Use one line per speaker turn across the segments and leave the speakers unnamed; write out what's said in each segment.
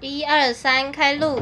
一二三，开录！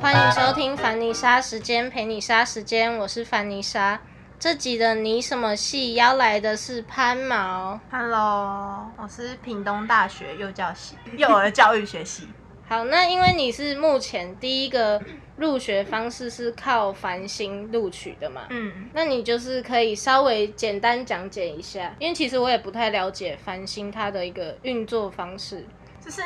欢迎收听凡妮莎时间陪你莎时间，我是凡妮莎。这集的你什么戏邀来的是潘毛。
Hello，我是屏东大学幼教系幼儿教育 学系。
好，那因为你是目前第一个入学方式是靠繁星录取的嘛？
嗯，
那你就是可以稍微简单讲解一下，因为其实我也不太了解繁星它的一个运作方式。
就是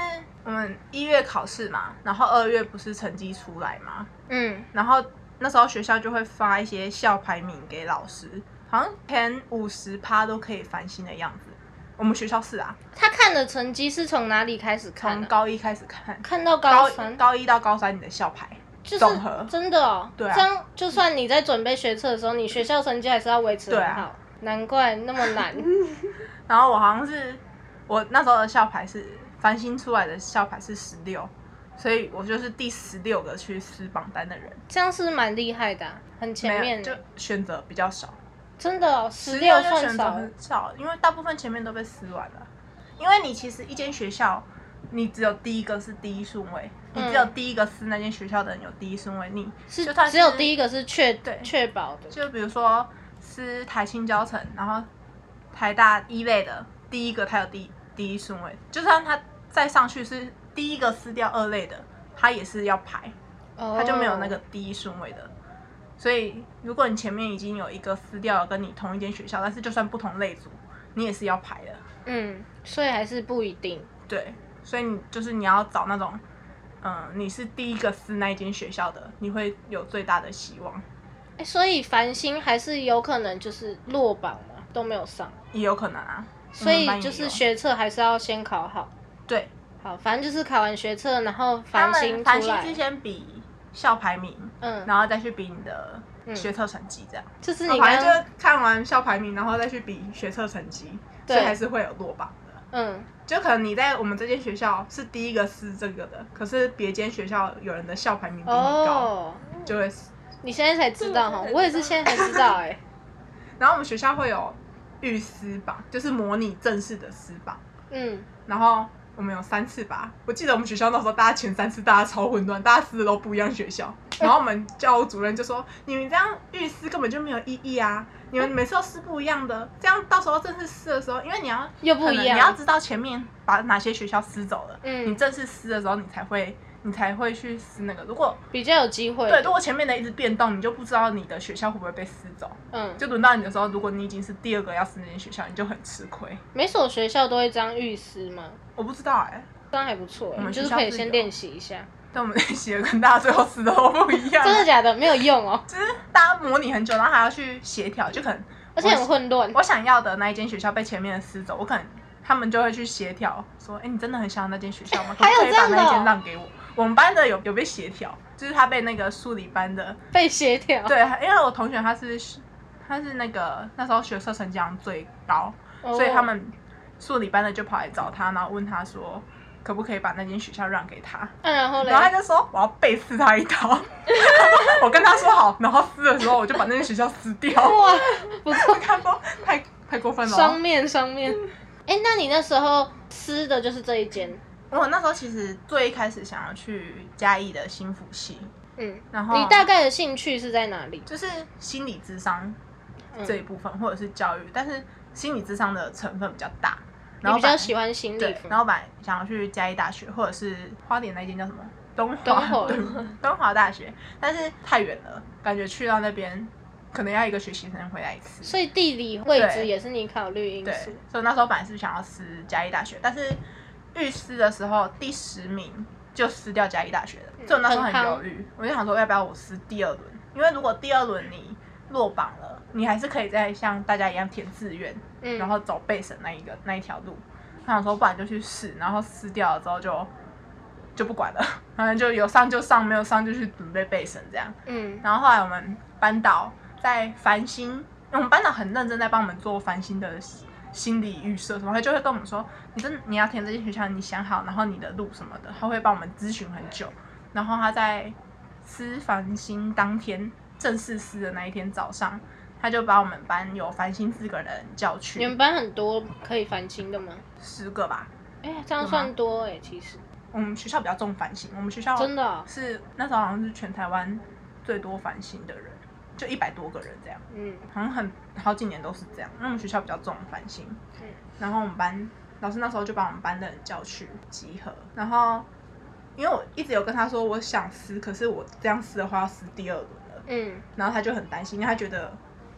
我们一月考试嘛，然后二月不是成绩出来嘛，
嗯，
然后那时候学校就会发一些校排名给老师，好像前五十趴都可以繁星的样子。我们学校是啊，
他看的成绩是从哪里开始看
从
的、
高一开始看，
看到
高
高三，
高一到高三你的校排，
就是
综合
真的哦。
对啊
这样就算你在准备学测的时候，你学校成绩还是要维持
对
很
啊
好，难怪那么难。
然后我好像是我那时候的校牌是繁星出来的校牌是十六，所以我就是第十六个去撕榜单的人，
这样是蛮厉害的啊、很前
没
面
有就
的，
选择比较少，
真的哦，十
16
六
就
算
选
少
择
了
很少，因为大部分前面都被撕完了。因为你其实一间学校，你只有第一个是第一顺位，你只有
嗯
第一个撕那间学校的人有第一顺位，你
是
就算
只有
是
第一个是确
对
确保的，
就比如说是台青教程，然后台大一类的第一个，他有第第一顺位，就算他再上去是第一个撕掉二类的，他也是要排，
他
他就没有
哦
那个第一顺位的。所以如果你前面已经有一个撕掉了跟你同一间学校，但是就算不同类组，你也是要排的。
嗯，所以还是不一定。
对，所以你就是你要找那种。嗯，你是第一个撕那一间学校的，你会有最大的希望，
哎、所以繁星还是有可能就是落榜嘛，都没有上，
也有可能啊。
所
我们
以
班也
就是
有
学测还是要先考好。
对，
好，反正就是考完学测，然后
他
繁星
们
出
繁星是
来，
先比校排名，
嗯，
然后再去比你的
嗯
学测成绩，这样。
就是
那
你
啊反
刚
正
刚
就看完校排名，然后再去比学测成绩，所
对
以还是会有落榜的。
嗯，
就可能你在我们这间学校是第一个撕这个的，可是别间学校有人的校排名比你高，
哦，
就会。
你现在才知道哈，我也是现在才知道哎、
然后我们学校会有预撕榜，就是模拟正式的撕榜，
嗯，
然后。我们有三次吧，我记得我们学校那时候大家前三次大家超混乱，大家撕的都不一样 学校。然后我们教务主任就说：“你们这样预撕根本就没有意义啊！你们每次都撕不一样的，这样到时候正式撕的时候，因为你要
又不
可
一
能
样，
你要知道前面把哪些学校撕走了，你
嗯，
正式撕的时候你才会你才会去撕那个。如果
比较有机会，
对，如果前面的一直变动，你就不知道你的学校会不会被撕走。
嗯，
就轮到你的时候，如果你已经是第二个要撕那间学校，你就很吃亏。
每所学校都会这样预思嘛，
我不知道哎、
这样还不错、
我
欸，
们
就是
学校
可以
是
先
有
练习一下，
但我们那些跟大家最后撕的都不一样，
真的假的？没有用哦，
就是大家模拟很久，然后还要去协调，就可能
而且很混乱，
我想要的那一间学校被前面的撕走，我可能他们就会去协调，说，哎、你真的很想要那间学校吗？可
还有
不可以把
这样的哦
那一间让给我？我们班的有有被协调，就是他被那个数理班的，
被协调，
对，因为我同学他是他是那个那时候学测成绩好像最高，
哦
所以他们数理班的就跑来找他，然后问他说，可不可以把那间学校让给他？
那、哦啊然后嘞
然，后他就说我要背刺他一刀， 我跟他说好，然后撕的时候我就把那间学校撕掉。
哇，不错
我。跟他说太太过分了哦、
双面双面。哎、那你那时候撕的就是这一间，
我那时候其实最一开始想要去嘉义的新辅系，
嗯，
然后
你大概的兴趣是在哪里？
就是心理智商
嗯
这一部分，或者是教育，但是心理智商的成分比较大。
你
然后
比较
把
喜欢心理
对，
服，
然后把想要去嘉义大学，或者是花莲那间叫什么东华
东华
对东华大学，但是太远了，感觉去到那边可能要一个学期才能回来一次。
所以地理位置
对
也是你考虑因
对
素。，
所以那时候本来是想要撕嘉义大学，但是预撕的时候第十名就撕掉嘉义大学了，所以我那时候很
嗯很夯
犹豫，我就想说要不要我撕第二轮，因为如果第二轮你落榜了，你还是可以再像大家一样填志愿，
嗯，
然后走备审那一个那一条路。他想说不然就去试，然后撕掉了之后就就不管了， 反正就有上就上，没有上就去准备备审这样。
嗯，
然后后来我们班导在繁星，我们班导很认真在帮我们做繁星的心理预设什么，他就会跟我们说，你真你要填这间学校，你想好，然后你的路什么的，他会帮我们咨询很久。然后他在撕繁星当天正式撕的那一天早上，他就把我们班有繁星资格的人叫去
你，们班很多可以繁星的吗？
十个吧。
哎、这样算多哎、其实
我们学校比较重繁星，我们学校
真的哦、
是那时候好像是全台湾最多繁星的人，就一百多个人这样，
嗯，
好像很好几年都是这样。因为我们学校比较重繁星，
嗯
然后我们班老师那时候就把我们班的人叫去集合，然后因为我一直有跟他说我想撕，可是我这样撕的话要撕第二轮了，
嗯，
然后他就很担心，因为他觉得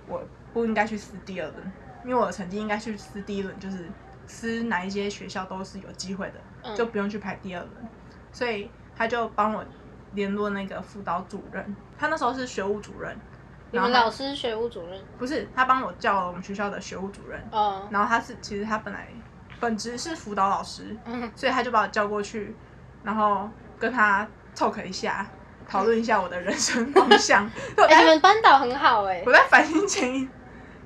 我不应该去撕第二轮，因为我的成绩应该去撕第一轮，就是撕哪一些学校都是有机会的，
嗯
就不用去排第二轮，所以他就帮我联络那个辅导主任，他那时候是学务主任，
你
然后
们
他
老师学务主任
不是他帮我叫了我们学校的学务主任，
哦，
然后他是其实他本来本职是辅导老师，
嗯，
所以他就把我叫过去，然后跟他 talk 一下，讨论一下我的人生方向。所以我
哎、你
在
们班导很好哎、
我在反省前一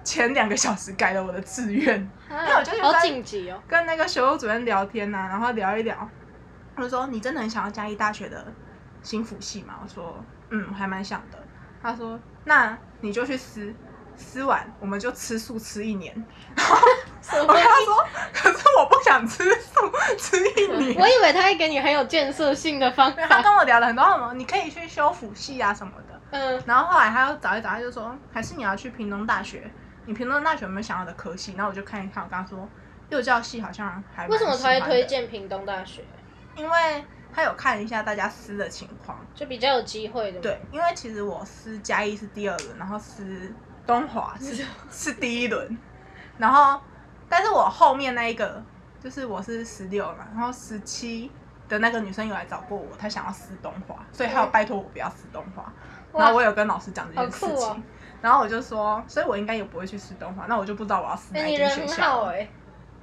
前两个小时改了我的志愿，
啊
那我就觉得
好紧急哦，
跟那个学务主任聊天呐、然后聊一聊，他就说你真的很想要嘉义大学的新辅系吗？我说嗯，我还蛮想的。他说那你就去撕，撕完我们就吃素吃一年。
什
我
么
跟他说， 可是我不想吃素， 吃一年。
我以为他会给你很有建设性的方
没有，他
法，
跟我聊了很多什么，你可以去修辅系啊什么的。
嗯，
然后后来他又找一找，他就说，还是你要去屏东大学，你屏东大学有没有想要的科系？然后我就看一看，我跟他说，幼教系好像还蛮
为什么他会
喜欢的
推？荐屏东大学？啊
因为他有看一下大家私的情况。
就比较有机会的，
对，，因为其实我私嘉义是第二轮，然后私东华是是第一轮，然后但是我后面那一个就是我是十六嘛，然后十七的那个女生有来找过我，她想要私东华，所以她有拜托我不要私东华，然
哦
后我
哇，
有跟老师讲这件事
好酷
情，
哦
然后我就说，所以我应该也不会去私东华，那我就不知道我要私
哎、
哪一
你
间
人
学
很
校
好
了，
哎、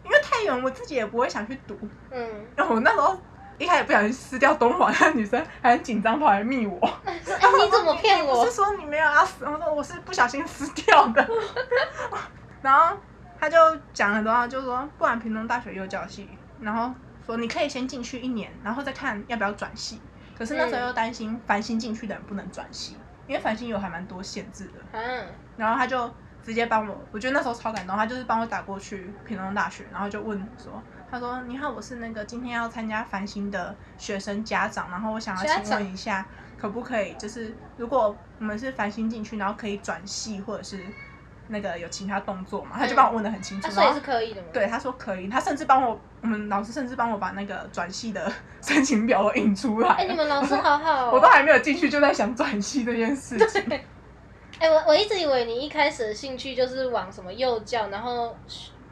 因为太远我自己也不会想去读，
嗯，
然后我那时候。一开始不小心撕掉东华，那女生还很紧张，跑来 密我。
哎、你怎么骗
我
我
是？说你没有要死，我说我是不小心撕掉的。 然后他就讲很多话，就说不然屏东大学幼教系，然后说你可以先进去一年，然后再看要不要转系。可是那
嗯
时候又担心繁星进去的人不能转系，因为繁星有还蛮多限制的。
啊，
然后他就直接帮我，我觉得那时候超感动，他就是帮我打过去屏东大学，然后就问说，他说你好，我是那个今天要参加繁星的学生家长，然后我想要
家
请
长
问一下，可不可以就是如果我们是繁星进去，然后可以转系或者是那个有其他动作
嗯
嘛？他就帮我问的很清楚，
啊所
然
以
后
是。可以的吗？
对，他说可以，他甚至帮我，我们老师甚至帮我把那个转系的申请表我印出来了。
哎、你们老师好 好、哦，
我都还没有进去就在想转系这件事情。
哎、我我一直以为你一开始的兴趣就是往什么幼教，然后
我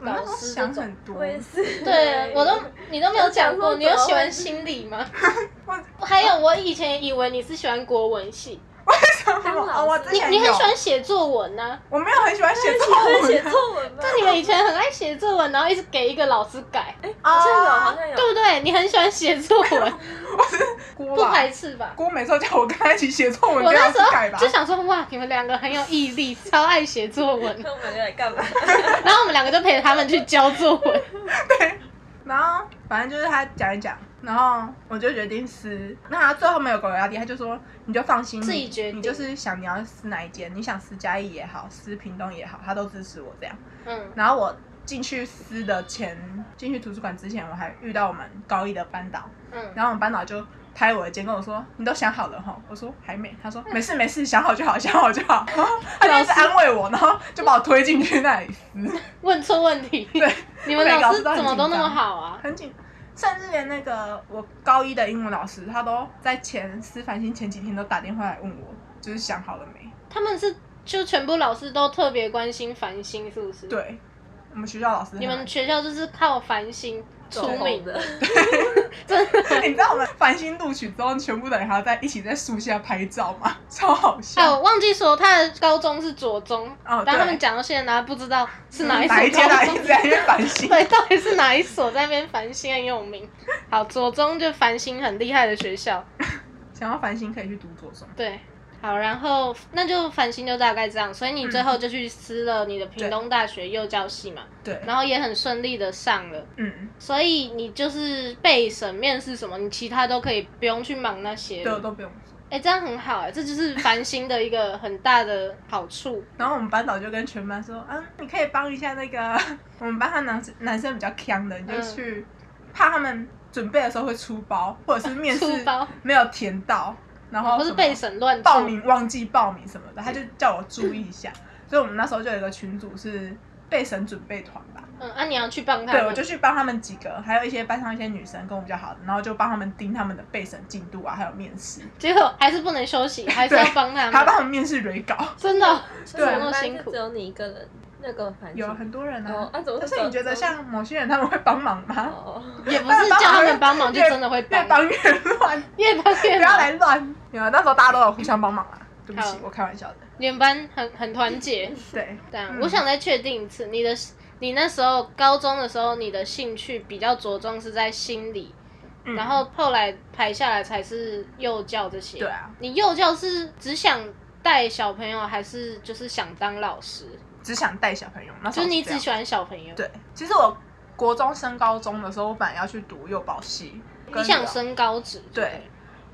嗯那
老
时候
师这
想
种。
很多，
我也是。
对啊， 我都你都没有讲过，
我想说
你有喜
怎么
欢
会
心理吗？
我
还有，我以前以为你是喜欢国文系，
当
哦
老
我
师
之
你
前
你
有
很喜欢写作文呐、
我没有很喜欢写作
会
文
写
啊，
作文吗？
就你们以前很爱写作文，然后一直给一个老师改，
哎啊
好像有，好像有
对。不对？你很喜欢写作 文，
我是郭
不
吧？
排斥吧？
郭每次都叫我跟他一起写作文，
我
跟
那
老
时
师改吧
候就。想说，哇，你们两个很有毅力，超爱写作文，
那我们来 干嘛？
然后我们两个就陪着他们去交作 文。
然后反正就是他讲一讲，然后我就决定撕。那他最后没有给我压力，他就说你就放心，
自己决定
你就是想你要撕哪一间，你想撕嘉义也好，撕屏东也好，他都支持我这样。
嗯，
然后我进去撕的前，进去图书馆之前，我还遇到我们高一的班导，
嗯
然后我们班导就拍我的肩跟我说：“你都想好了哈？”我说：“还没。”他说：“没事没事，想好就好，想好就 好。”然后他就一直安慰我，然后就把我推进去那里嗯撕，
问错问题，
对，
你们
每个
老
老
师
师都很
怎么都那
紧
么
张
好啊？
很紧。甚至连那个我高一的英文老师，他都在前撕繁星前几天都打电话来问我，就是想好了没？
他们是就全部老师都特别关心繁星，是不是？，
对，我们学校老师很，
嗯你们学校就是靠繁星出名，
的，
真的。
你知道我们繁星录取之后，全部的人还要在一起在树下拍照吗？ 超好
哎，
笑。
我忘记说他的高中是左中，
哦
然
对
后他们讲到现在，然后不知道是哪一
哪一
所
间哪
高
一
中。
间因为繁星？
对，到底是哪一所在那边繁星很有名？好，左中就繁星很厉害的学校，
想要繁星可以去读左中。
对。好，然后那就繁星就大概这样，所以你最后
嗯
就去撕了你的屏东大学幼教系嘛，
对，
然后也很顺利的上了。
嗯，
所以你就是备审、面试什么，你其他都可以不用去忙那些。
对，我都不用说。
哎、这样很好哎、这就是繁星的一个很大的好处。
然后我们班导就跟全班说，嗯，你可以帮一下那个 我们班上男生男生比较强的，你就
嗯
去，怕他们准备的时候会出包，或者是面试
出包
没有填到，然后
不
什
是
么
被审乱
报
做
名忘记报名什么的，他就叫我注意 一下。所以我们那时候就有一个群组是备审准备团吧，
嗯，啊，你要去帮他
对
们。
我就去帮他们几个，还有一些班上一些女生跟我比较好的，然后就帮他们盯他们的备审进度啊，还有面试，
结果还是不能休息，还是要帮 他
还要
们。
帮他们面试蕊稿，
真 的，
所以
对啊
我们
那么
班
辛
是
苦
只有你一个人，那个环
有很多人
哦
啊，。
啊，怎么
但
会
是你觉得
走
像某些人他们会帮忙 吗？
哦，
也不是叫他们帮忙就真的会
越
帮，
帮越乱，
越帮
不
越
要来
忙。
乱。有啊，那时候大家都有互相帮忙啊。对不起
好，
我开玩笑的。
你们班很很团结，
对，
但、
嗯
啊我想再确定一次，你的你那时候高中的时候，你的兴趣比较着重是在心理，
嗯
然后后来排下来才是幼教这些。
对啊，
你幼教是只想带小朋友，还是就是想当老师？
只想带小朋友，那时
就
候
是你
哦这样
只喜欢小朋友，
对。其实我国中升高中的时候，我本来要去读幼保系，
你想升高职。
对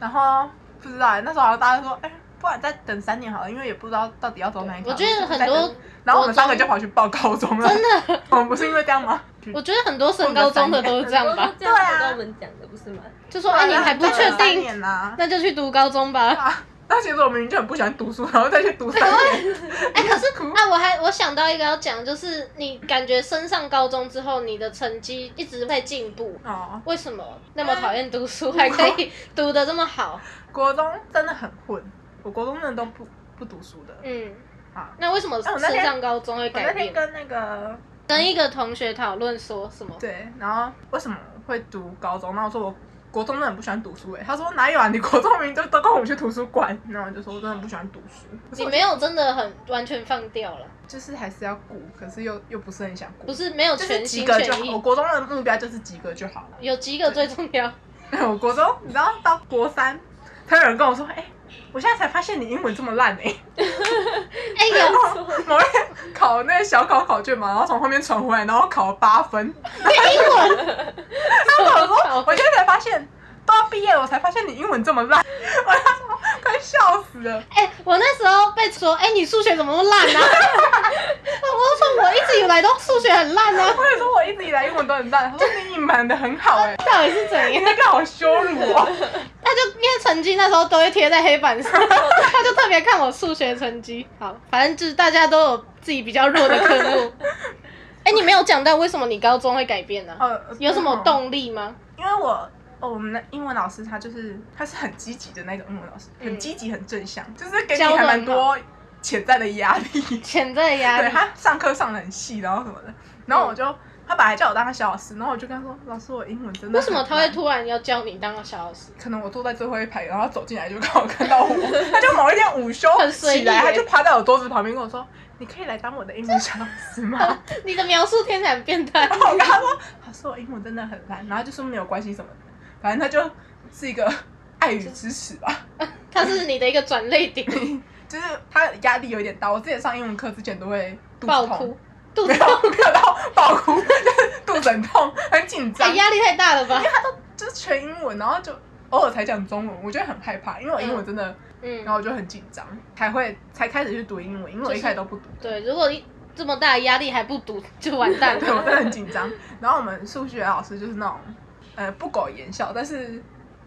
然后不知道欸那时候好像大家说，哎、不然再等三年好了，因为也不知道到底要走哪一
我
条路。
觉得
就是
很
再
多
等，然后我们三个就跑去报高中了。真的？ 我们不是因为这样吗？
我觉得很多升高中的都是这样吧，
这
对
样
啊
子跟我们讲的不是吗？
就说 哎、你还不确
再等三
定，
年啦、
那就去读高中吧。
啊。那其实我明明就很不喜欢读书，然后再去读 三年，
哎、可是啊，我还我想到一个要讲，就是你感觉升上高中之后，你的成绩一直在进步。
哦，
为什么那么讨厌读书，
嗯
还可以读的这么好？
国中真的很混，我国中真的都不不读书的。
嗯
啊，
那为什么
哎我那天
升上高中会
我
改
那
变？
天跟那个
跟一个同学讨论说什么？
对，然后为什么会读高中？那我说我国中真的很不喜欢读书、欸，哎，他说哪有啊，你国中明明就都跟我们去图书馆，然后我就说我真的不喜欢读书，可是
你
我
没有真的很完全放掉了，
就是还是要顾，可是又又不是很想顾，
不是没有
就是
全
及
心
格就
全
好。我
意，
国中的目标就是及格就好了。
有及格最重要。
我国中，你知道到国三，才有人跟我说，哎、我现在才发现你英文这么烂哎、欸
哎、有
某天考那个小考考卷嘛，然后从后面传回来，然后考了八分。英文，他我说，我现在才发现，都要毕业了我才发现你英文这么烂， 我那时候快笑死了。
哎、我那时候被说，哎、你数学怎么那么烂呢、啊？ 我说我一直以来都数学很烂啊，
我也说我一直以来英文都很烂，他说你隐瞒的很好哎、欸，
到底是怎
你
样？
那个好羞辱哦。
他就因为成绩那时候都会贴在黑 板上，他就特别看我数学成绩。好，反正就是大家都有自己比较弱的科目。 哎、你没有讲到为什么你高中会改变呢、
呃，
有什么？动力吗？
因为我。哦，我们的英文老师他就是他是很积极的那种英文老师，
嗯
很积极很正向，就是给你还蛮多潜在的压 力。
潜在压
对
力。
他上课上的很细，然后什么的，然后我就、他本来叫我当他小老师，然后我就跟他说，老师我英文真的
为什么他会
突？
突然要叫你当小老 师？
可能我坐在最后一排，然后他走进来就刚好看 到我，他就某一天午休
很随意欸
起来，他
耶
就趴在我桌子旁边跟我说，你可以来当我的英文小老 师吗？
你的描述听起来很变态。
然后我跟他说，老师我英文真的很烂，然后他就说没有关系什么的，反正他就是一个爱与支持吧。
它是你的一个转泪 点，
就是他的压力有点大，我之前上英文课之前都会肚
爆
子
哭
痛，，
肚
没
子
有 没有到爆哭，就是肚子很痛，很紧张
哎，压力太大了吧？
就是全英文，然后就偶尔才讲中文，我觉得很害怕，因为我英文真的，
嗯
然，后我就很紧张，才会才开始去读英文，因为我一开始都不读，
对，如果一这么大的压力还不读，就完 蛋
对我
了。
真的很紧张。然后我们数学老师就是那种，呃，不苟言笑，但是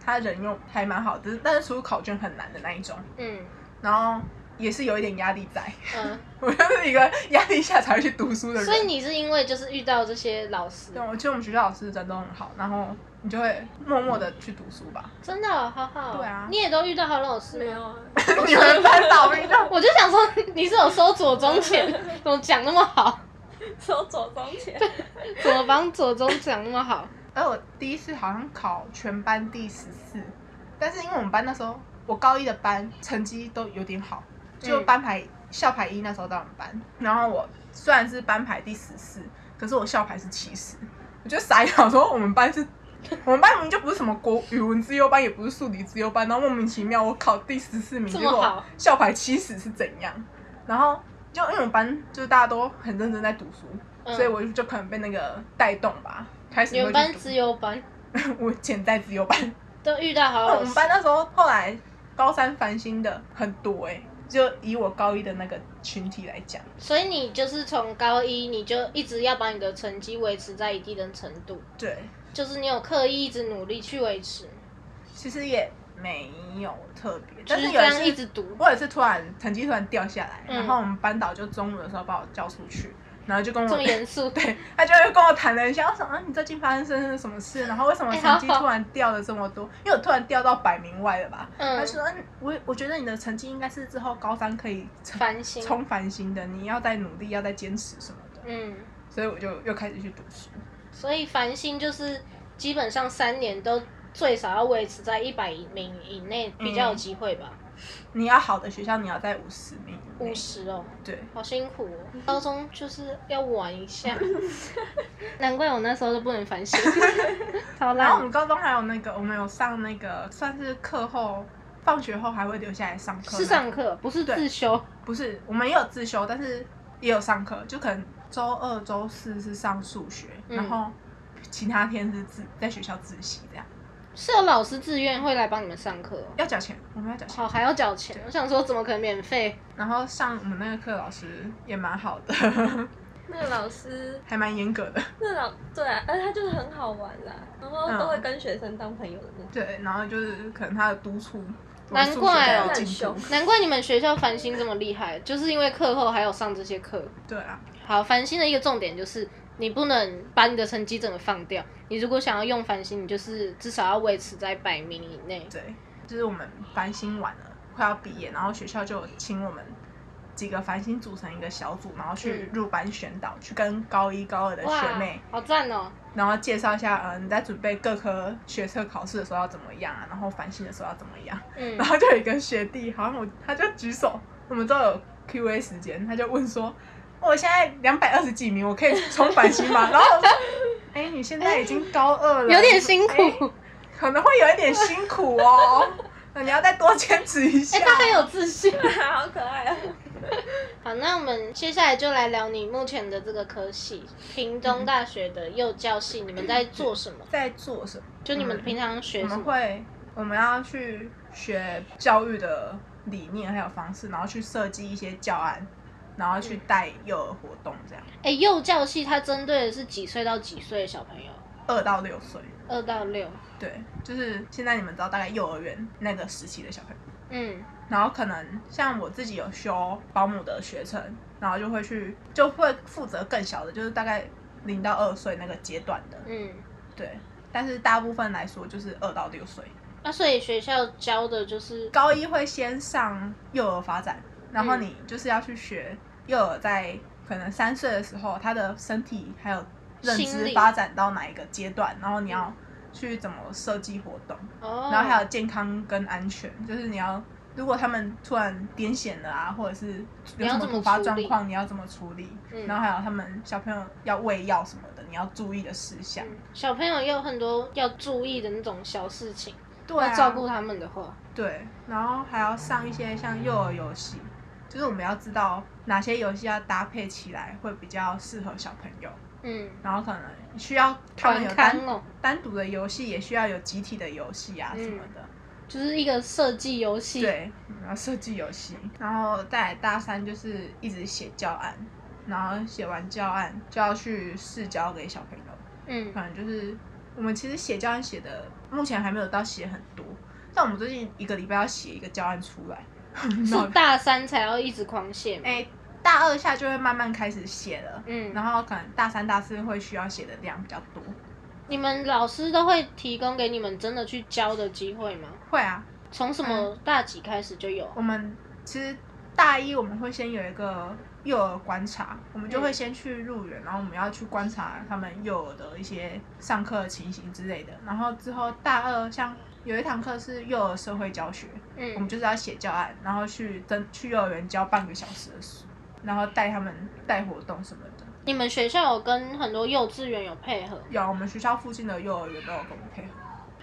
他人又还蛮好，只是但是出考卷很难的那一种，
嗯
然后也是有一点压力在，
嗯，
我就是一个压力下才会去读书的人。
所以你是因为就是遇到这些老师，
对，我觉得我们学校老师人都很好，然后你就会默默的去读书吧。
真的哦好好哦。
对啊
你也都遇到好老师
没
吗？
有啊，
你们班导明就
我就想说，你是有收左中钱，怎么讲那么好？
收走中前，
怎么帮左中讲那么好？
而我第一次好像考全班第十四，但是因为我们班那时候我高一的班成绩都有点好，
嗯
就班排、校排一那时候在我们班，然后我虽然是班排第十四，可是我校排是七十，我就傻眼，我说我们班是。我们班明明就不是什么国语文资优班，也不是数理资优班，然后莫名其妙我考第十四名，
这
结
么
果
好
校排七十是怎样？然后就因为我们班就是大家都很认真在读书，
嗯
所以我就可能被那个带动吧，开始
你
会
们
去
班
读
资优班
我潜在自由班。
都遇到好
我
老
们
师，
班那时候后来高三繁星的很多哎、就以我高一的那个群体来讲，
所以你就是从高一你就一直要把你的成绩维持在一定的程度，
对，
就是你有刻意一直努力去维持，
其实也没有特别，
就
但
是
是
这
有一
样
次
一直读。
我有一次突然成绩突然掉下来，
嗯
然后我们班导就中午的时候把我叫出去，然后就跟我
这么严肃，
对，他就会跟我谈了一下，我想啊，你最近发生什么事？然后为什么
哎
成绩
好好
突然掉了这么多？因为我突然掉到百名外了吧？
嗯
他，说，嗯，我我觉得你的成绩应该是之后高三可以冲
烦心，
冲繁星的，你要再努力，要再坚持什么的。
嗯，
所以我就又开始去读书。
所以繁星就是基本上三年都最少要维持在一百名以内，比较有
嗯
机会吧，
你要好的学校，你要在五十名以内
五十哦。
对，
好辛苦哦，高中就是要玩一 下，难怪我那时候都不能反省，超
然后我
烂
们。高中还有那个，我们有上那个算是课后，放学后还会留下来上课。
是上课，不是自修。
不是，我们也有自修，但是也有上课，就可能周二、周四是上数学，
嗯
然后其他天是自在学校自习这样，
是有老师自愿会来帮你们上课哦、
要缴钱，我们要缴钱。
好，还要缴钱。我想说，怎么可能免费？
然后上我们那个课老师也蛮好的，
那个老师，
还蛮严格的，
那老对啊，而且他就是很好玩啦，然后
嗯
都会跟学生当朋友的那种。
对，然后就是可能他的督促，
难怪哦
我数学才有进步
很，
难怪你们学校繁星这么厉害，就是因为课后还有上这些课。
对啊，
好，繁星的一个重点就是，你不能把你的成绩整个放掉。你如果想要用繁星，你就是至少要维持在百名以内。
对，就是我们繁星完了快要毕业，然后学校就有请我们。几个繁星组成一个小组，然后去
嗯
入班宣导，去跟高一、高二的学
哇
妹，
好赞哦！
然后介绍一下，呃，你在准备各科学测考试的时候要怎么样啊？然后繁星的时候要怎么样？
嗯
然，后就有一个学弟，好像我他就举手，我们都有 Q&A 时间，他就问说，哦我现在两百二十几名，我可以冲繁星吗？ 然后我说，哎、你现在已经高二了，
有点辛苦。
哎可能会有一点辛苦哦，那你要再多坚持一下。
哎、他很有自信。
好可爱 啊！
好，那我们接下来就来聊你目前的这个科系——屏东大学的幼教系，你们在做什么？
在做什么？
就你们平常学
嗯我
什
们
么？
会，我们要去学教育的理念还有方式，然后去设计一些教案，然后
嗯
去带幼儿活动这样，
哎、幼教系它针对的是几岁到几岁的小朋友？
二到六岁。
二到六。
对，就是现在你们知道大概幼儿园那个时期的小朋友，
嗯，
然后可能像我自己有修保姆的学程，然后就会去就会负责更小的，就是大概零到二岁那个阶段的，
嗯，
对。但是大部分来说就是二到六岁，
那啊所以学校教的就是
高一会先上幼儿发展，然后
嗯
你就是要去学幼儿在可能三岁的时候，他的身体还有认
心
知
理
发展到哪一个阶段，然后你要去怎么设计活动，
哦，
然后还有健康跟安全，就是你要如果他们突然癫痫了啊，或者是
你
有
要
什
怎么
突发
处
状
理
况，你要怎么处理，
嗯
然后还有他们小朋友要喂药什么的，你要注意的事项。
嗯小朋友也有很多要注意的那种小事情，
对、啊，
要照顾他们的话，
对，然后还要上一些像幼儿游戏，就是我们要知道哪些游戏要搭配起来会比较适合小朋友，
嗯，
然后可能需要他
团
们有单
康哦，嗯
单独的游戏，也需要有集体的游戏啊什么的。
就是一个设计游戏。，
对，然后设计游戏，然后再来大三就是一直写教案，然后写完教案就要去试教给小朋友。
嗯
可能就是我们其实写教案写的，目前还没有到写很多，但我们最近一个礼拜要写一个教案出来。然后
是大三才要一直狂写吗？
哎、大二下就会慢慢开始写了，
嗯，
然后可能大三、大四会需要写的量比较多。
你们老师都会提供给你们真的去教的机会吗？
会啊，
从什么大几开始就有？
我们其实大一我们会先有一个幼儿观察，我们就会先去入园，然后我们要去观察他们幼儿的一些上课情形之类的。然后之后大二像有一堂课是幼儿社会教学，我们
嗯，
就是要写教案，然后去跟去幼儿园教半个小时的书，然后带他们带活动什么的。
你们学校有跟很多幼稚园有配合。
有我们学校附近的幼儿园都有跟我们配合。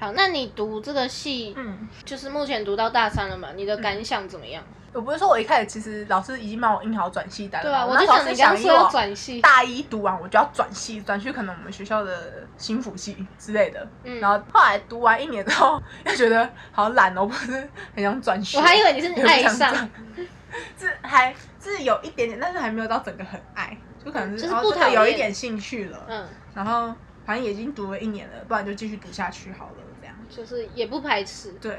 好，那你读这个系，
嗯，
就是目前读到大三了嘛？你的感想怎么样？
我不是说我一开始其实老师已经帮我印好转系单了
对
嘛，
啊，我
那
就
时候
想
是
你刚
想
刚
以
说要
我
转系，
大一读完我就要转系，转去可能我们学校的新辅系之类的。
嗯，
然后后来读完一年之后，又觉得好懒哦，不是很想转学。
我还以为你是
有
爱
想
上，
转，是还是有一点点，但是还没有到整个很爱，就可能
嗯
是
就是
哦
不
这
讨
个有一
厌
点兴趣了。
嗯，
然后反正也已经读了一年了，不然就继续读下去好了，这样。
就是也不排斥。
对，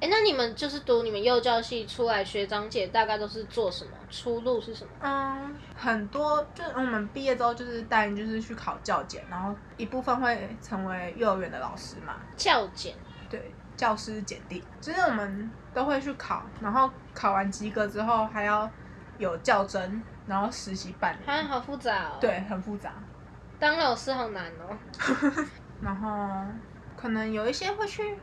哎，那你们就是读你们幼教系出来，学长姐大概都是做什么？出路是什么？
嗯，很多就是我们毕业之后就是带你就是去考教检，然后一部分会成为幼儿园的老师嘛，
教检，
对，教师检定，就是我们都会去考，然后考完及格之后还要有教甄，然后实习半
啊，
年，
好复杂哦。，
对，很复杂。
当老师好难哦。
然后可能有一些会去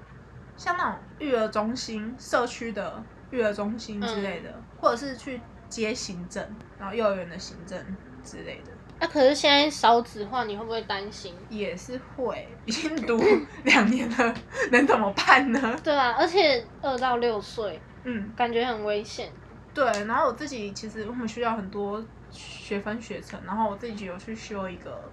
像那种育儿中心、社区的育儿中心之类的，或者是去接行政，然后幼儿园的行政之类的，
那、啊可是现在少子化，你会不会担心？
也是会。已经读 两年了，能怎么办呢？
对啊，而且二到六岁
嗯，
感觉很危险。
对。然后我自己其实我们学校很多学分学程，然后我自己有去修一个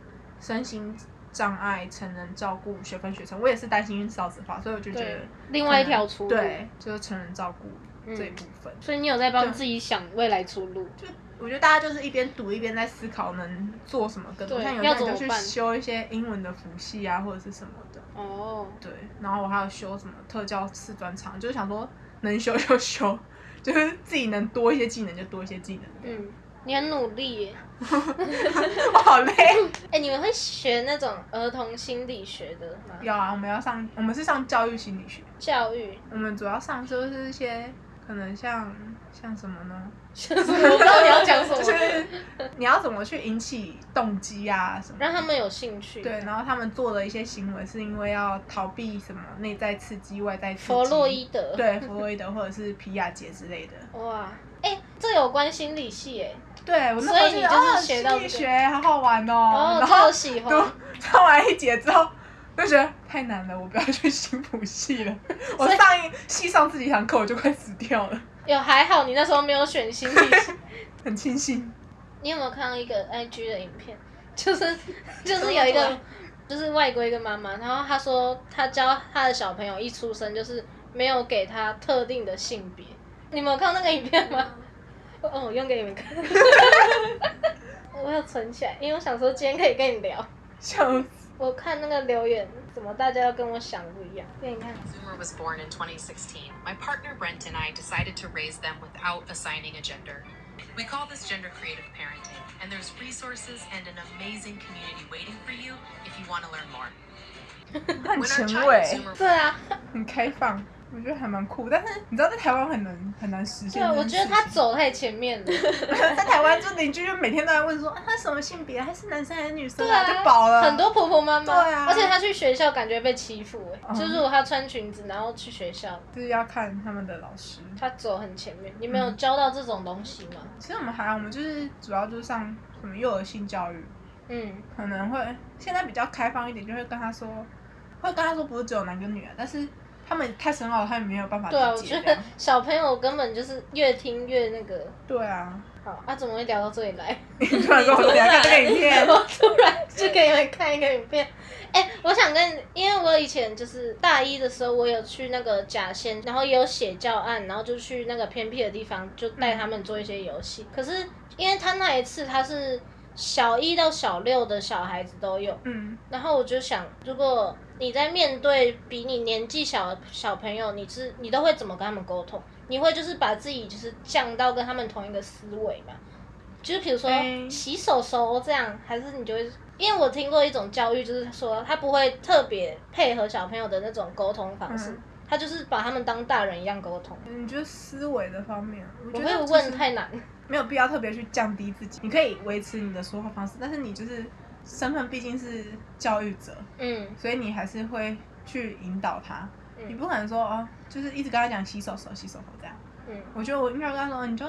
身心障碍成人照顾学分学程，我也是担心少子化，所以我就觉得
对，另外一条出路。，
对，就是成人照顾
嗯
这一部分。
所以你有在帮自己想未来出路。
就我觉得大家就是一边读一边在思考能做什么更多，
对
像有些
要
人就
怎么
去
办
修一些英文的辅系啊，或者是什么的。
哦，
对，然后我还有修什么特教次专场，就是想说能修就修， 就是自己能多一些技能就多一些技能。
嗯，你很努力耶。
我好累。
哎、你们会学那种儿童心理学的吗？
要啊，我们要上，我们是上教育心理学，
教 育？
我们主要上就是一些可能像像什么呢？
就是我不知道你要讲什么，
就是你要怎么去引起动机啊什么的？
让他们有兴趣。
对，然后他们做的一些行为是因为要逃避什么内在刺激、外在刺激。
弗洛伊德。。
对弗洛伊德或者是皮亚杰之类的。
哇，哎、这有关心理系哎、
对，我那
所以
时候
你
觉得
就是
哦
学到
心
这
理
个
学好好玩哦。
哦，
然
超
后
喜欢。
读上完一节之后，就觉得太难了，我不要去新普 系了。我
所以
上一系上自己一堂课我就快死掉了，
有还好你那时候没有选心理 系。
很 庆幸。
你有没有看到一个 IG 的影片？就是就是有一个就是外国一个妈妈，然后她说她教她的小朋友一出生就是没有给他特定的性别。你们有看到那个影片吗？哦，我用给你们 看。我有存起来，因为我想说今天可以跟你聊。
笑死！
我看那个留言，怎么大家都跟我想不一样？给你看，
Zoomer was born in 2016, my partner Brent and I decided to raise them without assigning a gender. We call this gender creative parenting, and there's resources and an amazing community waiting for you if you want to learn more.
很
When our
前
child
卫，
Zoomer
对啊，
很开放，我觉得还蛮酷。但是你知道，在台湾很难很难实现
对，啊
这件事情。
我觉得他走太前面 了。
在 台湾，就邻居就每天都在问说，啊、他什么性别，他是男生还是女生
对
啊？
啊，
就饱了。
很多婆婆妈妈，
对啊
而且她去学校感觉被欺负、欸，
嗯
就是如果她穿裙子然后去学校，
就是要看他们的老师。
她走很前面。你们有教到这种东西吗？
其实我们还好，我们就是主要就是上什么幼儿性教育，
嗯，
可能会现在比较开放一点，就会跟他说，会跟他说不是只有男跟女啊，但是他们太深奥了，他们没有办法
对啊，我
理
觉
解。
得小朋友根本就是越听越那个。
对啊，
好，啊，怎么会聊到这里来？
你突然跟我说你要看这个影片，
我突然就给你们看一个影片。哎、我想跟，因为我以前就是大一的时候，我有去那个甲仙，然后也有写教案，然后就去那个偏僻的地方，就带他们做一些游戏。可是因为他那一次他是小一到小六的小孩子都有，
嗯，
然后我就想，如果你在面对比你年纪小的小朋友，你是你都会怎么跟他们沟通？你会就是把自己就是降到跟他们同一个思维嘛？就是比如说
哎
洗手手这样，还是你就会？因为我听过一种教育，就是说他不会特别配合小朋友的那种沟通方式，
嗯
他就是把他们当大人一样沟通。
你觉得思维的方面，我
我
觉
会
得
问
他。
太难，
没有必要特别去降低自己，你可以维持你的说话方式，但是你就是身份毕竟是教育者，
嗯，
所以你还是会去引导他。
嗯
你不可能说哦，就是一直跟他讲洗手手、洗手手这样。
嗯，
我觉得我应该跟他说，你就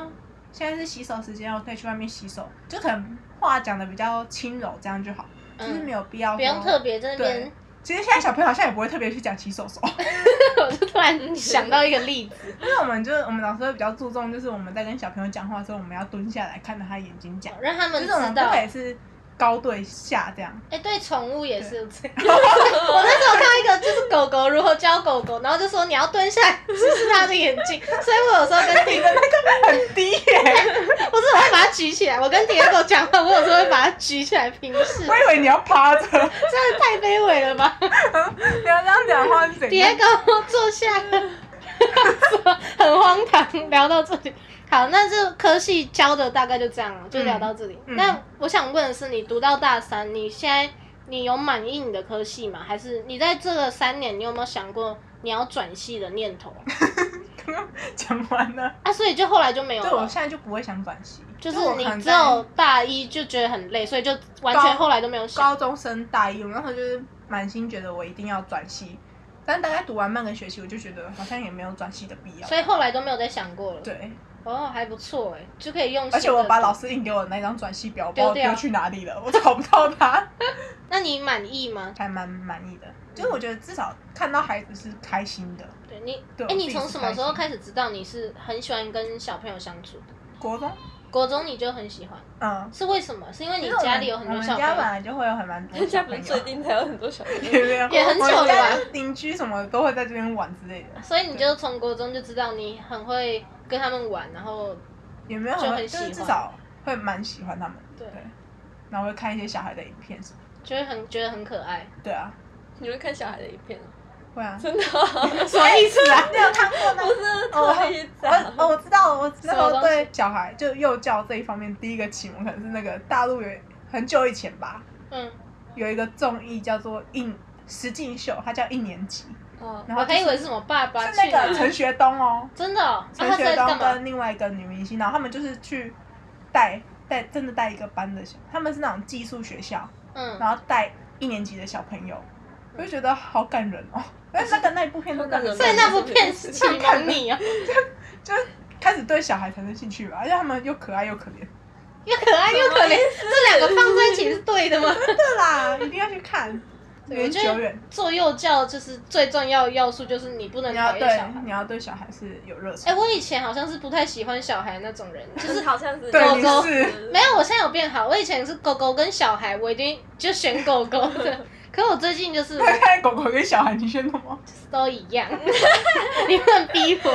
现在是洗手时间，我可以去外面洗手，就可能话讲的比较轻柔，这样就好，就是没有必
嗯
要
不用
说
特别在那
对
边，
其实现在小朋友好像也不会特别去讲起手 手，
我就突然想到一个例子，
因为我们就是我们老师会比较注重，就是我们在跟小朋友讲话的时候，我们要蹲下来看着他眼睛讲，
让他
就
们
是
知
我们不
道。
可以
哎、
是高对下这样。
对，宠物也是这样。 我那时候看到一个，就是狗狗如何教狗狗，然后就说你要蹲下来直视它的眼睛，所以我有时候跟迪，
很低耶，
不是我会把它举起来，我跟迪狗讲话，我有时候会把它举起来平视，真
我以为你要趴着，
的太卑微了吧？
你要这样讲话是怎
迪
样？
狗坐下， 很荒唐。聊到这里，好，那这科系教的大概就这样了，就聊到这里。
嗯
那我想问的是，你读到大三，你现在你有满意你的科系吗？还是你在这个三年，你有没有想过你要转系的念头？
刚刚讲完了，
啊，所以就后来就没有
对我
了。
现在就不会想转系，
就是
我可
你
能
只
在
有大一就觉得很累，所以就完全
高
后来都没有想。
高中升大一，我那时候就是满心觉得我一定要转系，但大概读完半个学期，我就觉得好像也没有转系的必要
所。以后来都没有再想过了。
对，
哦，还不错哎，就可以用。
而且我把老，师印给我的那张转系表，我不知道
丢掉
丢去哪里了，我找不到 它，
那你满意吗？
还蛮满意的。就是我觉得至少看到孩子是开心的。
对你，
对
哎、
我
你
自己
从
是
什么
开
时候
心
开始知道你是很喜欢跟小朋友相处的？
国中，
国中你就很喜欢，
嗯，
是为什么？是因为
因
你
为我们
家里有很多
我
小
们
朋友
家本，来就会有很蛮多
人
小
家不
朋
是最
友，
近才有很多小朋友，
也没 有
也很久
我们家
了吧
邻居什么都会在这边玩之类的，
所以你就从国中就知道你很会跟他们玩，然后
也没有
就
很，
很
就
喜
是
欢
至少会蛮喜欢他们的。
对
对，然后会看一些小孩的影片什么的。
就会很觉得很可爱。
对啊，
你会看小孩的影片哦，
会啊。
真 的哦
什么意思啊？
你有看过那
不是
哦
特意
我
讲。
哦，我知道了，我那时
什么
候
东西
对小孩就幼教这一方面第一个启蒙可能是那个大陆有很久以前吧，
嗯，
有一个综艺叫做一实境秀，它叫一年级，
哦
然后
我
就
还以
是
为是什么爸爸
是
去
那
哪
个？陈学冬哦，
真的、哦？啊，
陈
他是
学
在干
冬
嘛？
跟另外一个女明星，然后他们就是去带带真的带一个班的小，他们是那种寄宿学校，
嗯，
然后带一年级的小朋友，我就觉得好感人哦。但是那个那一部片真的很
所以那部片是启蒙你哦，
就是开始对小孩产生兴趣吧，而且他们又可爱又可怜。
又可爱又可怜，这两个放在一起是对的吗？
对啦，一定要去 看，有
对我
点
觉
久
得
远。
做幼教就是最重要的要素，就是你不能
你要
讨厌小
对
孩，。
你要对小孩是有热
哎、
忱。
我以前好像是不太喜欢小孩那种人，就
就是
是
好像是哦
对，你
狗狗
是
没 有，我现在有变好。我以前是狗狗跟小孩，我一定就选狗狗的。可我最近就是
那现在哎狗狗跟小孩，你选什么？
都一样，你们逼我。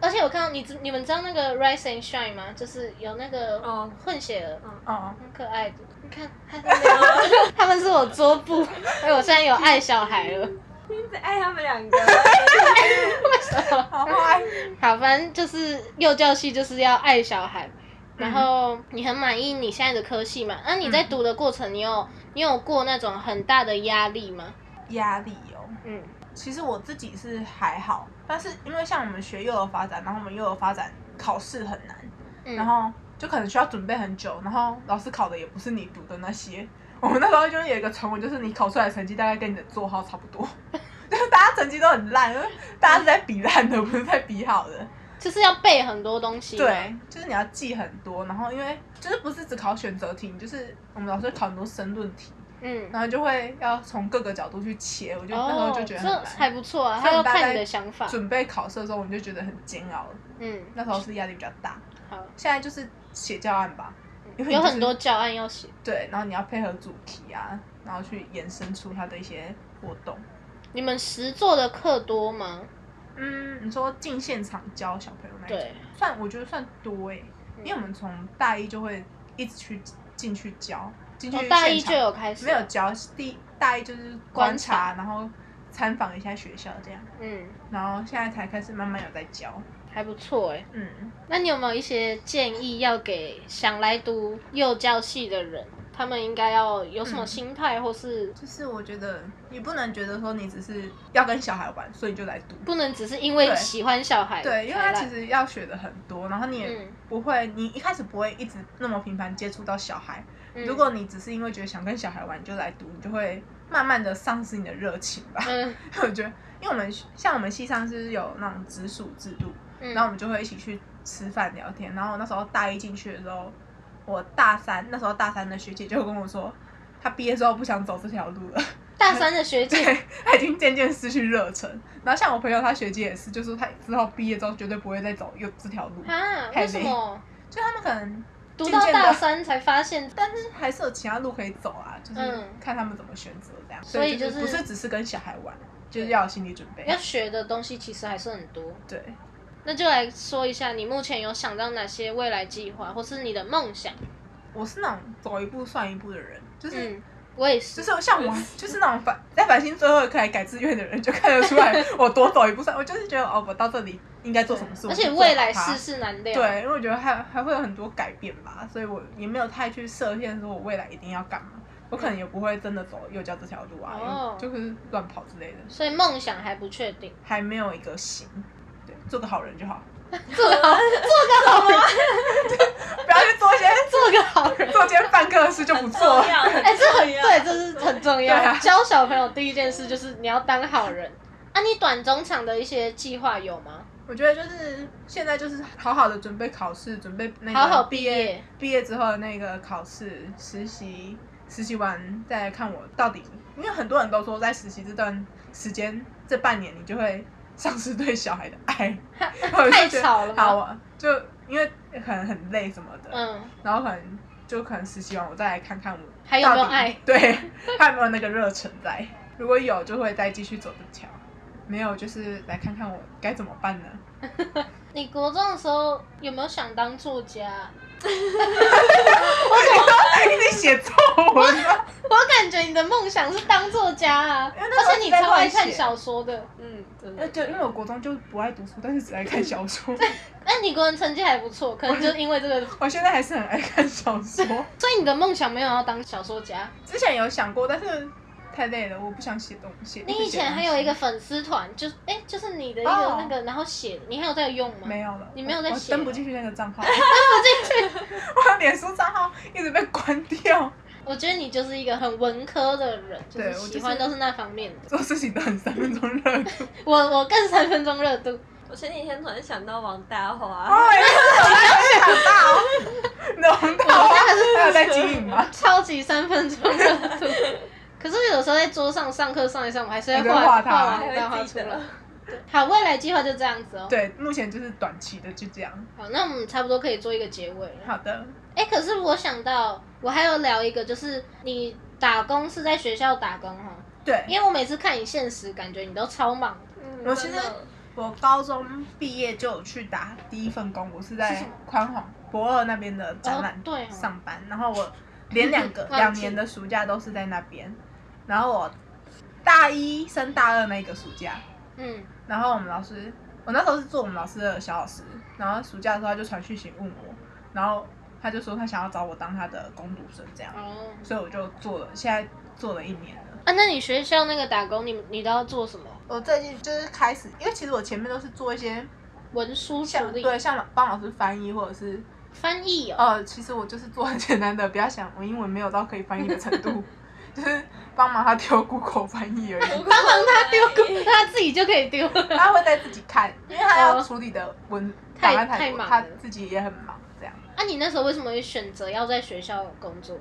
而且我看到你知，你们知道那个《Rise and Shine》吗？就是有那个
哦，
混血儿，
哦，
很可爱的。你看，他们 他们是我桌布，所以我现在有爱小孩了。
你只爱哎他们两个，
为什么？
好坏。
好，反正就是幼教系就是要爱小孩。然后你很满意你现在的科系嘛？啊那、你在
嗯
读的过程，你有你有过那种很大的压力吗？
压力哦。
嗯，
其实我自己是还好，但是因为像我们学幼儿发展，然后我们幼儿发展考试很难，
嗯
然后就可能需要准备很久，然后老师考的也不是你读的那些。我们那时候就是有一个传闻，就是你考出来的成绩大概跟你的座号差不多， 就是大家成绩都很烂，就是大家是在比烂的，不是在比好的。
嗯就是要背很多东西。，
对，就是你要记很多，然后因为就是不是只考选择题，就是我们老师会考很多申论题，
嗯，
然后就会要从各个角度去切，我就那时候就觉得很
这还
难。
不错啊，
所
他
以
要
我大概
看你的想法。
准备考试的时候，我们就觉得很煎熬，
嗯，
那时候是压力比较大。
好，
现在就是写教案吧，因为
有
就是
很多教案要写。
对，然后你要配合主题啊，然后去延伸出它的一些活动。
你们实做的课多吗？
嗯，你说进现场教小朋友那一种
对，嗯
算我觉得算多哎、因为我们从大一就会一直去进去教，进去
我
现场、
哦大一就有开始。
没有。教，第大一就是观察，然后参访一下学校这样，
嗯，
然后现在才开始慢慢有在教。
还不错哎。
嗯，
那你有没有一些建议要给想来读幼教系的人？他们应该要有什么
嗯
心态，或是
就是我觉得你不能觉得说你只是要跟小孩玩，所以你就来读。
不能只是因为
对
喜欢小孩
对，因为
才
他
来
其实要学的很多，然后你也
嗯
不会，你一开始不会一直那么频繁接触到小孩。
嗯
如果你只是因为觉得想跟小孩玩，你就来读，你就会慢慢的丧失你的热情吧。
嗯
我觉得，因为我们像我们系上是有那种直属制度，
嗯，
然后我们就会一起去吃饭聊天。然后我那时候大一进去的时候，我大三那时候大三的学姐就跟我说，她毕业之后不想走这条路了。
大三的学姐，
对，他已经渐渐失去热忱。然后像我朋友，他学姐也是，就说他之后毕业之后绝对不会再走又这条路，
啊，
太
为
累
什么
就他们可能，
读
渐
到
渐地
大三才发现？
但是还是有其他路可以走啊，就是
嗯
看他们怎么选择这样。
所以就是
是不是只是跟小孩玩，就是要有心理准备。
要学的东西其实还是很多。
对，
那就来说一下，你目前有想到哪些未来计划，或是你的梦想？
我是那种走一步算一步的人，就是。
嗯，我也。
就是是像我，就是那种反在繁星最后可以改志愿的人，就看得出来我多走一步算。我就是觉得哦，我到这里应该做什么事，
而
我
且
就
未来
做好它
世事难料。，
对，因为我觉得还还会有很多改变吧，所以我也没有太去设限，说我未来一定要干嘛。我可能也不会真的走幼教这条路啊，
哦
因为就是乱跑之类的，
所以梦想还不确 定。
还没有一个型。对，做个好人就好，
做个好，做个好 人，
不要去做一些
做个好人。
做一些犯科的事就不
很重
做了。
要，很
哎、这 很
重要。
对，这是很重要。
对啊
教小朋友第一件事就是你要当好人。啊，你短中长的一些计划有吗？
我觉得就是现在就是好好的准备考试，准备那个
好好毕
毕
业
毕业之后的那个考试实习，实习完再看我到底，因为很多人都说在实习这段时间这半年你就会丧失对小孩的 爱，我就
太
觉得
吵了吧
好啊，就因为可能很累什么的，
嗯，
然后可能就可能实习完我再来看看我
还有没有
到底
爱？
对，还有没有那个热忱在？如果有，就会再继续走这条。没有，就是来看看我该怎么办呢？
你国中的时候有没有想当作家？
一定写作文吗？
我感觉你的梦想是当作家啊，
因为那时候
而且你超爱看小说的。
嗯，真
呃，
的。
对，因为我国中就不爱读书，但是只爱看小说。
哎，你国文成绩还不错，可能就是因为 这个，
我现在还是很爱看小说。
所以你的梦想没有要当小说家。
之前有想过，但是太累了，我不想写东西。
你以前还有一个粉丝团，就是哎，就是你的一个
哦
那个，然后写的，你还有在用吗？
没有了，
你没有在
我
写了
登不进去那个账号，登不进去， 我的脸书账号一直被关掉，
我觉得你就是一个很文科的人，就
对
是
我就是
喜欢都是那方面的。
做事情都很三分钟热度。
我我更三分钟热度，
我前几天突然想到王大华，
哦，也是很爱想到，浓到
我真的是
还有在经营吗？
超级三分钟热 度。可是有时候在桌上上课上一上，我还是
还
会
是会
画
画它
画
还
完再画
会记
出来
得。。
好，未来计划就这样子哦。
对，目前就是短期的，就这样。
好，那我们差不多可以做一个结尾了。
好的，
哎、可是我想到，我还有聊一个，就是你打工是在学校打工哈，
对，
因为我每次看你现实，感觉你都超忙的。
嗯
我其实
真的
我高中毕业就有去打第一份工，我是在宽宏博二那边的展
哦
览
对哦
上班，然后我连两个
忘记
两年的暑假都是在那边，然后我大一升大二那一个暑假，
嗯，
然后我们老师，我那时候是做我们老师的小老师，然后暑假的时候他就传讯息问我，然后他就说他想要找我当他的工读生这样，
哦，
所以我就做了，现在做了一年了。
啊，那你学校那个打工，你你都要做什么？
我最近就是开始，因为其实我前面都是做一些
文书处
像
理、
对像帮老师翻译或者是
翻译哦。
呃，其实我就是做很简单的，不要想我英文没有到可以翻译的程 度，就是帮忙他丢 Google 翻译而已。
帮忙他丢过，他自己就可以丢了。
他会再自己看，因为他要
哦
处理的文
太
档案
太
太多，
忙
他
了
自己也很忙。这样，
那、啊你那时候为什么会选择要在学校工作？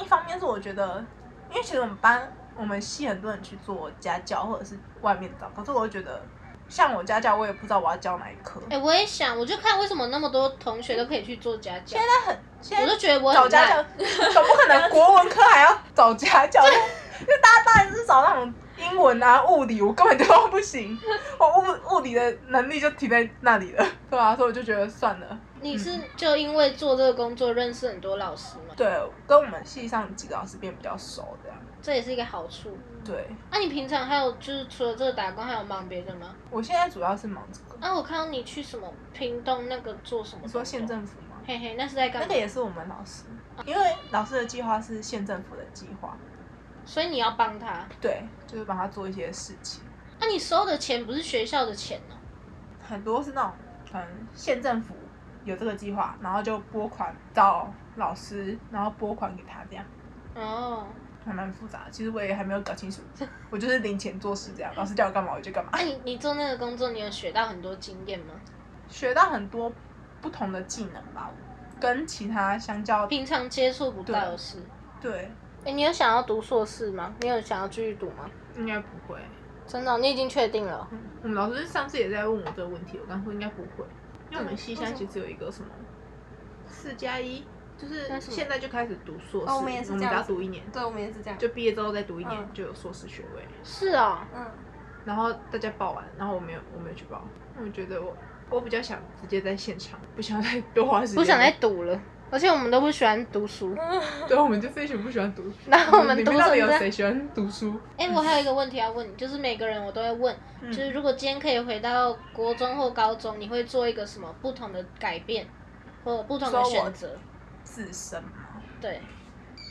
一方面是我觉得，因为其实我们班我们系很多人去做家教或者是外面找，可是我觉得像我家教，我也不知道我要教哪一科。
哎、我也想，我就看为什么那么多同学都可以去做家教，
现
我
在
就觉得我
找
很
家教
烂。，
总不可 能国文科还要找家 教，因为大家当然是找那种英文啊、物理，我根本就不行， 我物物理的能力就停在那里了，对啊，所以我就觉得算了。
你是
嗯
就因为做这个工作认识很多老师嘛？
对，跟我们系上几个老师变比较熟，这样。
这也是一个好处。
对，
那、你平常还有就是除了这个打工，还有忙别的吗？
我现在主要是忙这个。
啊，我看到你去什么屏东那个做什么？
你说县？政府吗？
嘿嘿，那是在干
那
嘛？
个也是我们老师，因为老师的计划是县政府的计划，
所以你要帮他。
对，就是帮他做一些事情。
那、你收的钱不是学校的钱哦、
很多是那种可能县政府有这个计划，然后就拨款到老师，然后拨款给他这样，
哦，
还蛮复杂的。其实我也还没有搞清楚， 我就是零钱做事这样，老师叫我干嘛我就干嘛
那、。啊你你做那个工作，你有学到很多经验吗？
学到很多不同的技能吧，跟其他相较，
平常接触不到的事。
对，
哎、你有想要读硕士吗？你有想要继续读吗？
应该不会。
真的哦、你已经确定了。
嗯我们老师上次也在问我这个问题，我刚说应该不会，因为我们西山其实只有一个什么四加一，就是
那什么
现在就开始读硕士，
哦我们也是
我们只
这样
要
子
读一年，
对，我们也是这样。
就毕业之后再读一年
嗯
就有硕士学位。
是哦，
嗯，
然后大家报完，然后我没有我没有去报，我觉得我我比较想直接在现场，不想再多花时间。
不想再读了。而且我们都不喜欢读书。
对，我们就是一群不喜欢读书。
然 后我们
你
读
们到底
成
有
这样
谁喜欢读书？
哎、我还有一个问题要问你，就是每个人我都会问，
嗯
就是如果今天可以回到国中或高中，你会做一个什么不同的改变，或者不同的
说我
选择？
自身嘛。
对，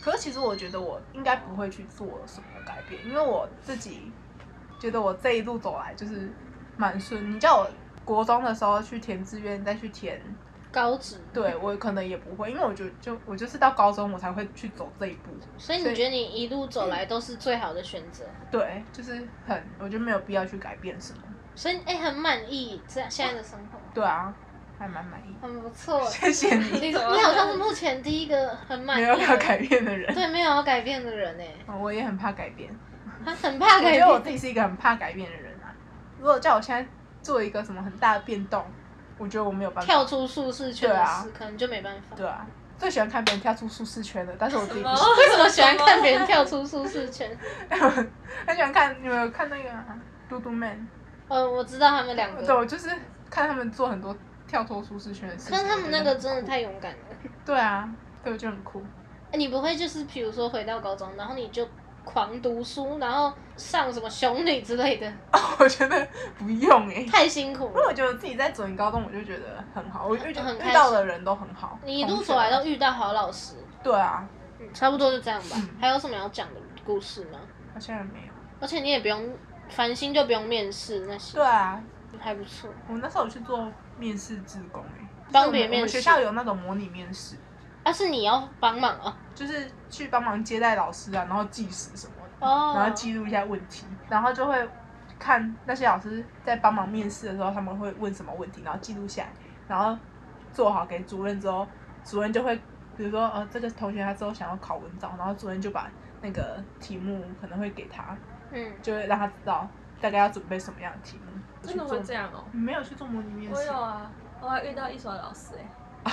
可是其实我觉得我应该不会去做什么改变，因为我自己觉得我这一路走来就是蛮顺。你叫我国中的时候去填志愿，再去填，
高职。
对我可能也不会，因为我就就我就是到高中我才会去走这一步。
所以
所
你
以嗯
觉得你一路走来都是最好的选择？
对，就是很，我觉得没有必要去改变什么。
所以哎、很满意这样现在的生活，
对啊，还蛮满意。
很不 错。欸
谢谢
你
你，
你好像是目前第一个很满
没
意
有要
的，
改变的人。哦
对，没有要改变的人哎，
我也很怕改变。
他很怕
我
改
觉得我
变。
自己是一个很怕改变的人啊。如果叫我现在做一个什么很大的变动，我觉得我没有办法。
跳出舒适圈的
对啊
事，可能就没办法。
对啊，最喜欢看别人跳出舒适圈的，但是我自己不
什么
行。
为什么喜欢看别
哦
人跳出舒适圈？
很喜欢 看，你们有看那个啊嘟嘟 man？
呃，我知道他们两
对，啊
个，
我就是看他们做很多跳脱舒适圈的事情。
但他们那个真
我
的
觉得很酷
太勇敢了。
对啊，对，我觉得很酷。
哎你不会就是比如说回到高中，然后你就狂读书，然后上什么熊女之类的，
我觉得不用哎、
太辛苦
因为我
了。
觉得自己在左营高中，我就觉得很好，我遇
很开心
遇到的人都很好。
你一
同
路
学
走来都遇到好老师，
对啊，
嗯差不多就这样吧
嗯。
还有什么要讲的故事吗？
好像也没有。
而且你也不用烦心，就不用面试那些
对，啊，
还不错。
我那时候有去做面试志工哎、欸，
帮别人
就是我们我
面
们
试
学校有那种模拟面试，
啊，是你要帮忙啊？
就是去帮忙接待老师啊，然后计时什么的，
哦，
嗯然后记录一下问题，然后就会看那些老师在帮忙面试的时候，他们会问什么问题，然后记录下来，然后做好给主任之后，主任就会比如说呃这个同学他之后想要考文藻，然后主任就把那个题目可能会给他，
嗯，
就会让他知道大概要准备什么样的题目。
真的
我去
会
做
这样哦。
你没有去做模拟面试？
我有啊，我还遇到一所老师哎、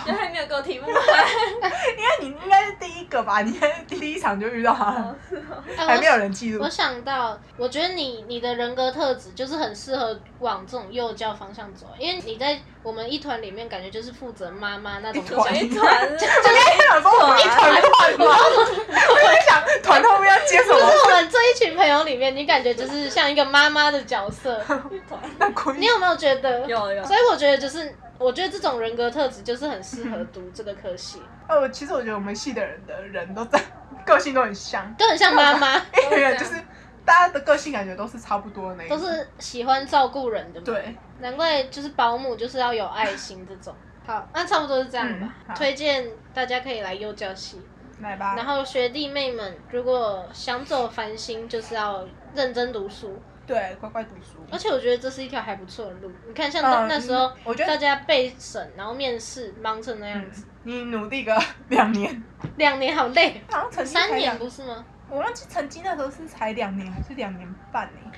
欸，就 还没有给我题目哎、
因为你应该是第一个吧，你应该是第一场就遇到他
哦
了，
是哦
哎
还没有
我
人记录
我。想到，我觉得你你的人格特质就是很适合往这种幼教方向走，因为你在我们一团里面感觉就是负责妈妈那种
一
角
团
色。
一团了，
我跟你讲说，我们一团乱吗？我在想团后面要接什
就是
么？
我们这一群朋友里面，你感觉就是像一个妈妈的角 色，
一团。
那估
你
计
有没有觉得？
有有
所以我觉得就是，我觉得这种人格特质就是很适合读这个科系，
哦，其实我觉得我们系的人的人都在个性都很像，
都很像妈 妈，
因为就是大家的个性感觉都是差不多的那一
都
种。
是喜欢照顾人的嘛。
对，
难怪就是保姆就是要有爱心这种。好，那差不多是这样吧。
嗯好
推荐大家可以来幼教系，
来吧
然。后学弟妹们如果想走繁星，就是要认真读书。
对，乖乖读书。
而且我觉得这是一条还不错的路。你看，像
嗯
那、那时候，
我觉得
大家备审，然后面试，忙成那样
嗯
子，，
你努力个两年，
两年好 累，
好像成嗯绩才
三年
两
不是吗？
我忘记成绩那时候是才两年还是两年半呢、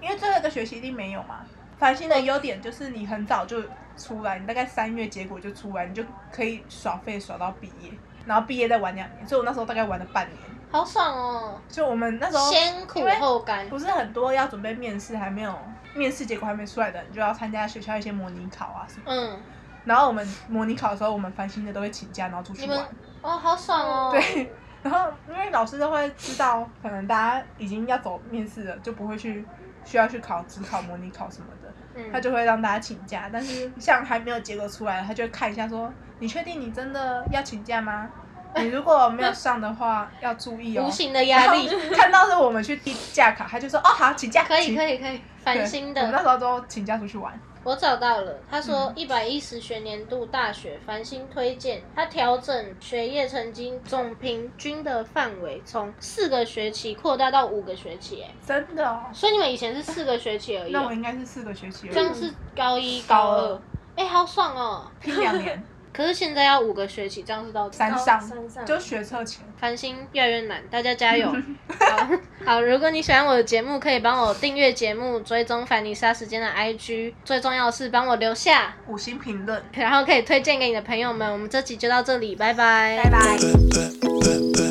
因为最后一个学期一定没有嘛。繁星的优点就是你很早就出来，你大概三月结果就出来，你就可以耍废耍到毕业，然后毕业再玩两年，所以我那时候大概玩了半年。
好爽哦，
就我们那时候
先苦
因为
后甘。
不是很多要准备面试，还没有面试结果还没出来的，你就要参加学校一些模拟考啊什么。
嗯，
然后我们模拟考的时候，我们繁星的都会请假，然后出去
你们
玩。
哦，好爽哦。，
对， 然后因为老师都会知道，可能大家已经要走面试了，就不会去需要去考职考、模拟考什么的，
嗯，
他就会让大家请假。但是像还没有结果出来，他就会看一下说，你确定你真的要请假 吗？你如果没有上的话，要注意哦
无。形的压 力。
然后看到是我们去递假卡，他就说哦好，请假。
可以
请
可以可以，
对
繁星
我
的
们嗯那时候都请假出去玩。
我找到了，他说一百一十学年度大学繁星推荐，他调整学业成绩总平均的范围，从四个学期扩大到五个学期，哎，
真的哦，
所以你们以前是四个学期而已
那我
哦，
应该是四个学期而已，
这样是高一
高
高
二
二，哎，好爽哦！
拼两年。
可是现在要五个学期，这样是到底
三
高
上
三上
就是学测前。
繁星越来越难，大家 加油！好，好，如果你喜欢我的节目，可以帮我订阅节目，追踪凡妮莎时间的 IG，最重要的是帮我留下，
五星评论，
然后可以推荐给你的朋友们。我们这期就到这里，拜拜，
拜拜。
Blah, blah, blah, blah.